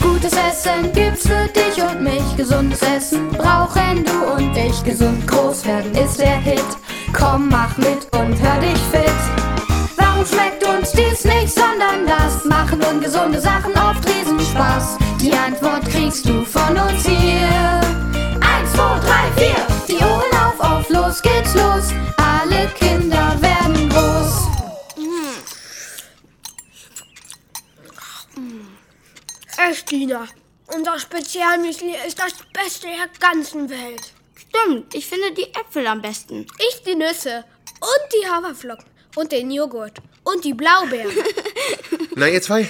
Gutes Essen gibt's für dich und mich. Gesundes Essen brauchen du und ich. Gesund groß werden ist der Hit. Komm, mach mit und hör dich fit. Warum schmeckt uns dies nicht, sondern das? Machen ungesunde Sachen oft Riesenspaß. Die Antwort kriegst du von uns hier. Eins, zwei, drei, vier. Die Ohren auf, auf, los geht's los. Alle Kinder werden groß. Echt, Dina. Unser Spezialmüsli ist das Beste der ganzen Welt. Stimmt, ich finde die Äpfel am besten. Ich die Nüsse und die Haferflocken und den Joghurt und die Blaubeeren. Na, ihr zwei,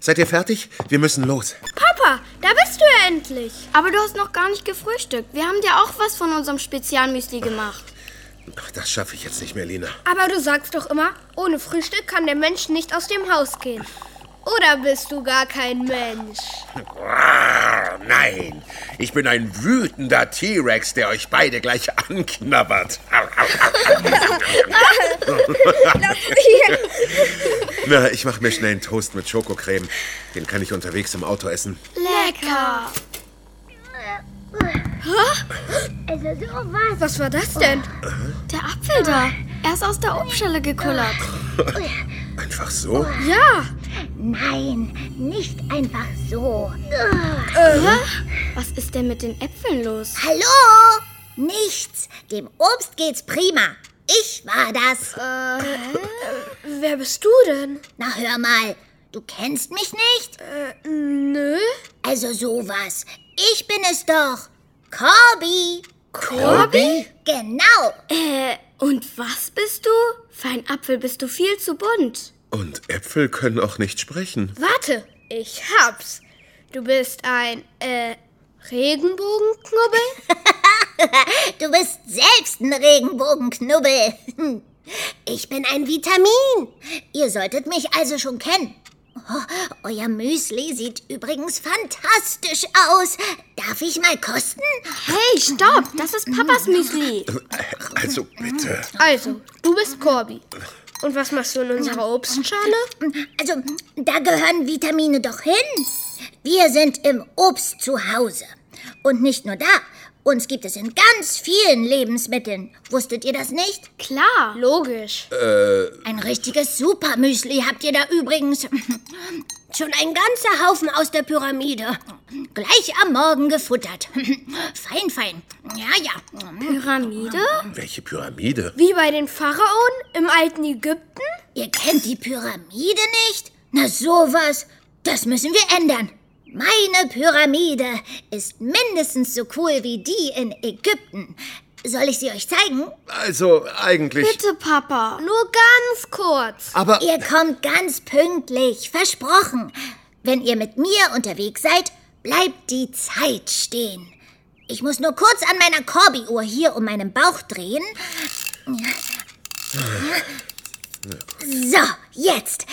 seid ihr fertig? Wir müssen los. Papa, da bist du ja endlich. Aber du hast noch gar nicht gefrühstückt. Wir haben dir auch was von unserem Spezialmüsli gemacht. Ach, Das schaffe ich jetzt nicht mehr, Lina. Aber du sagst doch immer, ohne Frühstück kann der Mensch nicht aus dem Haus gehen. Oder bist du gar kein Mensch? Ah, nein, ich bin ein wütender T-Rex, der euch beide gleich anknabbert. Na, ich mache mir schnell einen Toast mit Schokocreme. Den kann ich unterwegs im Auto essen. Lecker. Was war das denn? Oh. Der Apfel da. Er ist aus der Obstschale gekullert. Einfach so? Ja, Nein, nicht einfach so. Was ist denn mit den Äpfeln los? Hallo? Nichts. Dem Obst geht's prima. Ich war das. wer bist du denn? Na hör mal, du kennst mich nicht? Nö. Also sowas. Ich bin es doch. Corby. Corby? Genau. Äh, und was bist du? Für einen Apfel bist du viel zu bunt. Und Äpfel können auch nicht sprechen. Warte, ich hab's. Du bist ein, äh, Regenbogenknubbel? Du bist selbst ein Regenbogenknubbel. Ich bin ein Vitamin. Ihr solltet mich also schon kennen. Oh, euer Müsli sieht übrigens fantastisch aus. Darf ich mal kosten? Hey, stopp! Das ist Papas Müsli. Also bitte. Also, du bist Corby. Und was machst du in unserer Obstschale? Also, da gehören Vitamine doch hin. Wir sind im Obst zu Hause. Und nicht nur da. Uns gibt es in ganz vielen Lebensmitteln. Wusstet ihr das nicht? Klar. Logisch. Ein richtiges Supermüsli habt ihr da übrigens. Schon ein ganzer Haufen aus der Pyramide. Gleich am Morgen gefuttert. Fein, fein. Ja, ja. Pyramide? Welche Pyramide? Wie bei den Pharaonen im alten Ägypten? Ihr kennt die Pyramide nicht? Na sowas. Das müssen wir ändern. Meine Pyramide ist mindestens so cool wie die in Ägypten. Soll ich sie euch zeigen? Also eigentlich. Bitte, Papa. Nur ganz kurz. Aber Ihr kommt ganz pünktlich, versprochen. Wenn ihr mit mir unterwegs seid, bleibt die Zeit stehen. Ich muss nur kurz an meiner Corby-Uhr hier um meinen Bauch drehen. So, jetzt.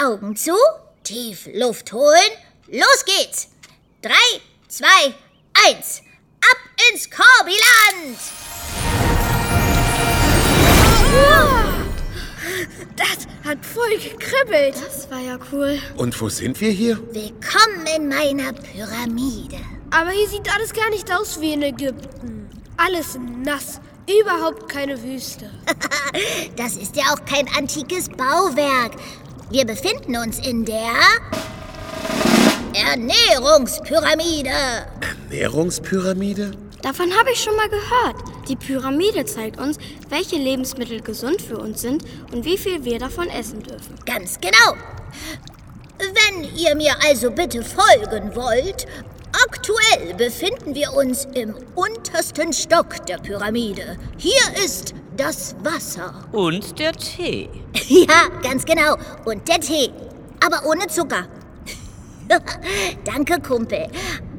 Augen zu, tief Luft holen. Los geht's. Drei, zwei, eins. Ab ins Corby-Land. Das hat voll gekribbelt. Das war ja cool. und wo sind wir hier? Willkommen in meiner Pyramide. Aber hier sieht alles gar nicht aus wie in Ägypten. Alles nass. Überhaupt keine Wüste. Das ist ja auch kein antikes Bauwerk. Wir befinden uns in der Ernährungspyramide. Ernährungspyramide? Davon habe ich schon mal gehört. Die Pyramide zeigt uns, welche Lebensmittel gesund für uns sind und wie viel wir davon essen dürfen. Ganz genau. Wenn ihr mir also bitte folgen wollt, aktuell befinden wir uns im untersten Stock der Pyramide. Hier ist das Wasser. Und der Tee. Ja, ganz genau. Und der Tee. Aber ohne Zucker. Danke, Kumpel.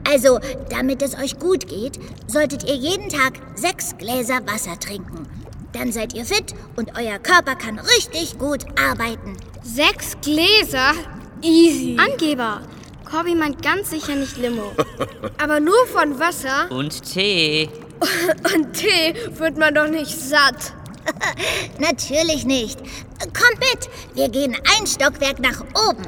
Also, damit es euch gut geht, solltet ihr jeden Tag sechs Gläser Wasser trinken. Dann seid ihr fit und euer Körper kann richtig gut arbeiten. Sechs Gläser? Easy. Angeber. Corby meint ganz sicher nicht Limo. Aber nur von Wasser Und Tee. und Tee wird man doch nicht satt. Natürlich nicht. Kommt mit, wir gehen ein Stockwerk nach oben.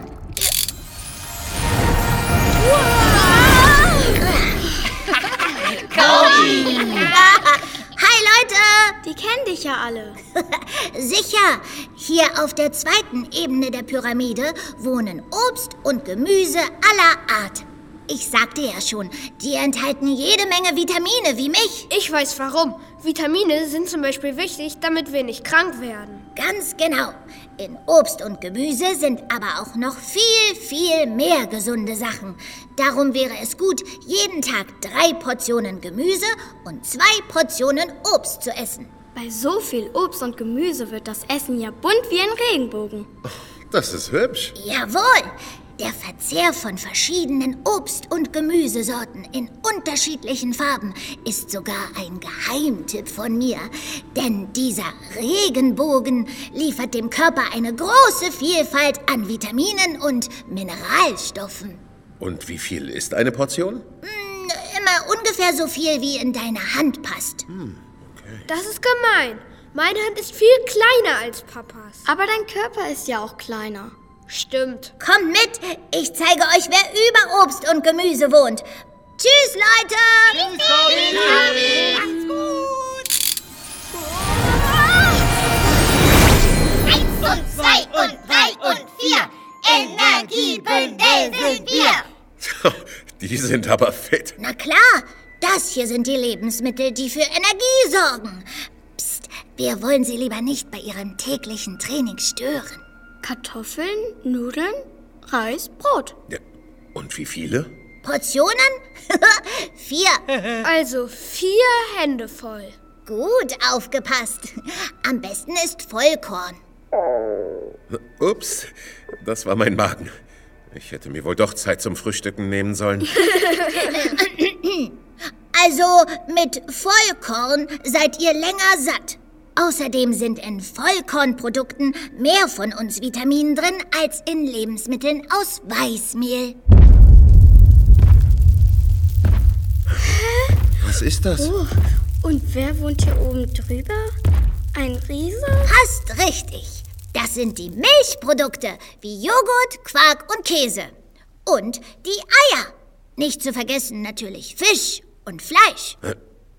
Hi Die kennen dich ja alle. Leute! Sicher! Hier auf der zweiten Ebene der Pyramide wohnen Obst und Gemüse aller Art. Ich sagte ja schon, die enthalten jede Menge Vitamine wie mich. Ich weiß warum. Vitamine sind zum Beispiel wichtig, damit wir nicht krank werden. Ganz genau. In Obst und Gemüse sind aber auch noch viel, viel mehr gesunde Sachen. Darum wäre es gut, jeden Tag drei Portionen Gemüse und zwei Portionen Obst zu essen. Bei so viel Obst und Gemüse wird das Essen ja bunt wie ein Regenbogen. Das ist hübsch. Jawohl! Der Verzehr von verschiedenen Obst- und Gemüsesorten in unterschiedlichen Farben ist sogar ein Geheimtipp von mir. Denn dieser Regenbogen liefert dem Körper eine große Vielfalt an Vitaminen und Mineralstoffen. Hm, Und wie viel ist eine Portion? Immer ungefähr so viel, wie in deine Hand passt. Das ist gemein. Meine Hand ist viel kleiner als Papas. Aber dein Körper ist ja auch kleiner. Stimmt. Kommt mit, ich zeige euch, wer über Obst und Gemüse wohnt. Tschüss, Leute! Tschüss, Macht's gut! Eins und zwei und drei und vier. Energiebündel sind wir. Die sind aber fett. Na klar, das hier sind die Lebensmittel, die für Energie sorgen. Psst, wir wollen sie lieber nicht bei ihrem täglichen Training stören. Kartoffeln, Nudeln, Reis, Brot. Ja. Und wie viele? Portionen? vier. Also vier Hände voll. Gut aufgepasst. Am besten ist Vollkorn. Ups, das war mein Magen. Ich hätte mir wohl doch Zeit zum Frühstücken nehmen sollen. Also mit Vollkorn seid ihr länger satt. Außerdem sind in Vollkornprodukten mehr von uns Vitaminen drin als in Lebensmitteln aus Weißmehl. Was ist das? Und wer wohnt hier oben drüber? Ein Riese? Passt richtig. Das sind die Milchprodukte wie Joghurt, Quark und Käse. Und die Eier. Nicht zu vergessen natürlich Fisch und Fleisch.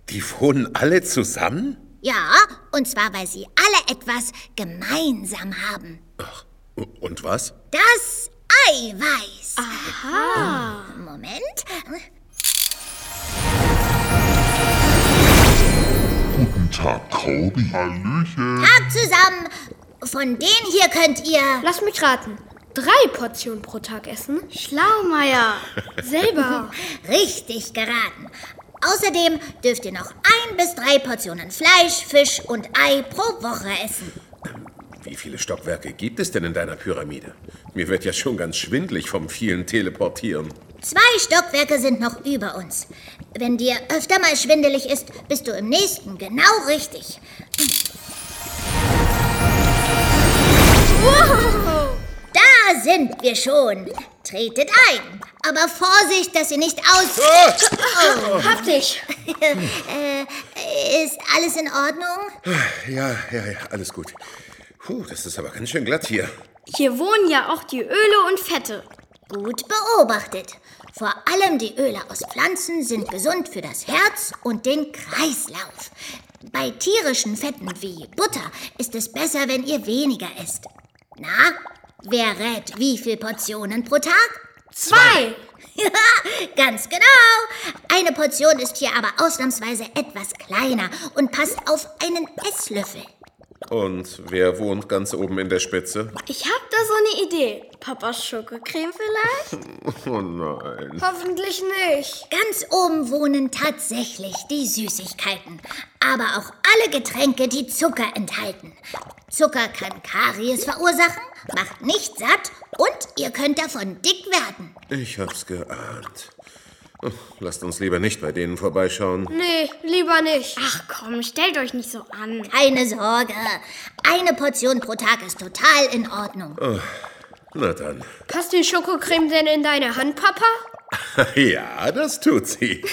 Die wohnen alle zusammen? Ja, und zwar, weil sie alle etwas gemeinsam haben. Und was? Das Eiweiß. Aha. Moment. Tag, Kobi. Hallöchen. Ab zusammen. Von denen hier könnt ihr. Lass mich raten. Drei Portionen pro Tag essen? Schlaumeier. Selber. Richtig geraten. Außerdem dürft ihr noch ein bis drei Portionen Fleisch, Fisch und Ei pro Woche essen. Wie viele Stockwerke gibt es denn in deiner Pyramide? Mir wird ja schon ganz schwindlig vom vielen Teleportieren. Zwei Stockwerke sind noch über uns. Wenn dir öfter mal schwindelig ist, bist du im nächsten genau richtig. Da sind wir schon. Tretet ein. Aber Vorsicht, dass ihr nicht aus. Oh. Äh, Hab dich. Ist alles in Ordnung? Ja, ja, ja, alles gut. Puh, das ist aber ganz schön glatt hier. Hier wohnen ja auch die Öle und Fette. Gut beobachtet. Vor allem die Öle aus Pflanzen sind gesund für das Herz und den Kreislauf. Bei tierischen Fetten wie Butter ist es besser, wenn ihr weniger esst. Na, wer rät wie viel Portionen pro Tag? Zwei. Ganz genau. Eine Portion ist hier aber ausnahmsweise etwas kleiner und passt auf einen Esslöffel. Und wer wohnt ganz oben in der Spitze? Ich hab da so eine Idee. Papas Schokocreme vielleicht? Oh nein. Hoffentlich nicht. Ganz oben wohnen tatsächlich die Süßigkeiten, aber auch alle Getränke, die Zucker enthalten. Zucker kann Karies verursachen, macht nicht satt und ihr könnt davon dick werden. Ich hab's geahnt. Oh, Lasst uns lieber nicht bei denen vorbeischauen. Nee, lieber nicht. Ach komm, stellt euch nicht so an. Keine Sorge, eine Portion pro Tag ist total in Ordnung. Na dann. Passt die Schokocreme denn in deine Hand, Papa? Ja, das tut sie.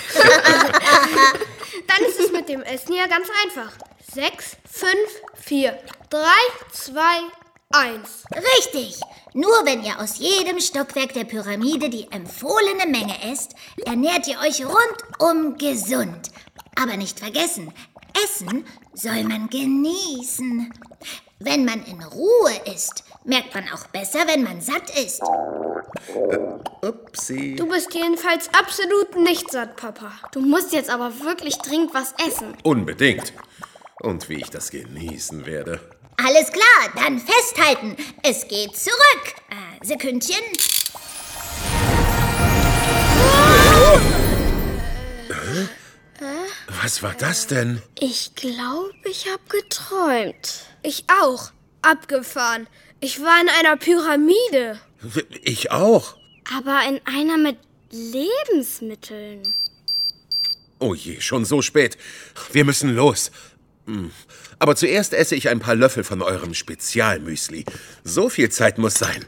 Dann ist es mit dem Essen ja ganz einfach. Sechs, fünf, vier, drei, zwei, Eins. Richtig. Nur wenn ihr aus jedem Stockwerk der Pyramide die empfohlene Menge esst, ernährt ihr euch rundum gesund. Aber nicht vergessen, Essen soll man genießen. Wenn man in Ruhe isst, merkt man auch besser, wenn man satt ist. Upsi. Du bist jedenfalls absolut nicht satt, Papa. Du musst jetzt aber wirklich dringend was essen. Unbedingt. Und wie ich das genießen werde. Alles klar, dann festhalten. Es geht zurück. Äh, Sekündchen. Was war das denn? Ich glaube, ich habe geträumt. Ich auch. Abgefahren. Ich war in einer Pyramide. Ich auch. Aber in einer mit Lebensmitteln. Oh je, schon so spät. Wir müssen los. Hm. Aber zuerst esse ich ein paar Löffel von eurem Spezialmüsli. So viel Zeit muss sein.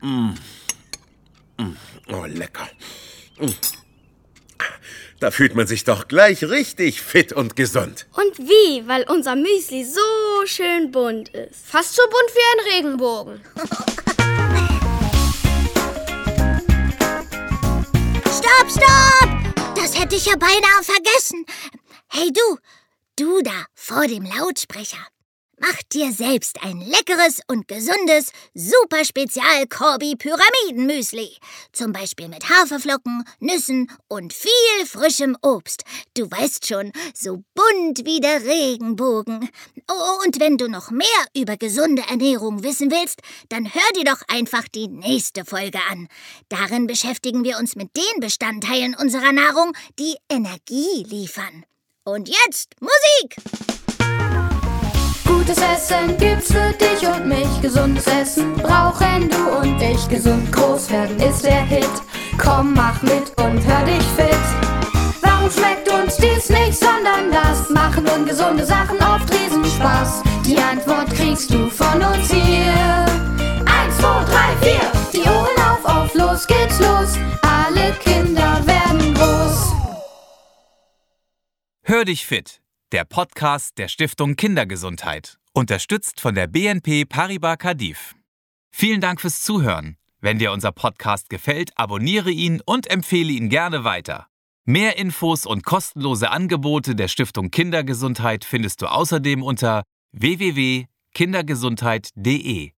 Hm. Hm. Oh, lecker. Hm. Da fühlt man sich doch gleich richtig fit und gesund. Und wie, weil unser Müsli so schön bunt ist. Fast so bunt wie ein Regenbogen. Stopp, stopp! Das hätte ich ja beinahe vergessen. Hey du, du da vor dem Lautsprecher. Mach dir selbst ein leckeres und gesundes super spezial korbi pyramidenmüsli Zum Beispiel mit Haferflocken, Nüssen und viel frischem Obst. Du weißt schon, so bunt wie der Regenbogen. Oh, und wenn du noch mehr über gesunde Ernährung wissen willst, dann hör dir doch einfach die nächste Folge an. Darin beschäftigen wir uns mit den Bestandteilen unserer Nahrung, die Energie liefern. Und jetzt Musik! Gutes Essen gibt's für dich und mich. Gesundes Essen brauchen du und ich. Gesund groß werden ist der Hit. Komm, mach mit und hör dich fit. Warum schmeckt uns dies nicht, sondern das? Machen ungesunde Sachen oft Riesenspaß. Die Antwort kriegst du von uns hier. Eins, zwei, drei, vier. Die Ohren auf, auf, los geht's los. Alle Kinder werden groß. Hör dich fit, der Podcast der Stiftung Kindergesundheit, unterstützt von der BNP Paribas Cardif. Vielen Dank fürs Zuhören. Wenn dir unser Podcast gefällt, abonniere ihn und empfehle ihn gerne weiter. Mehr Infos und kostenlose Angebote der Stiftung Kindergesundheit e. findest du außerdem unter www.kindergesundheit.de.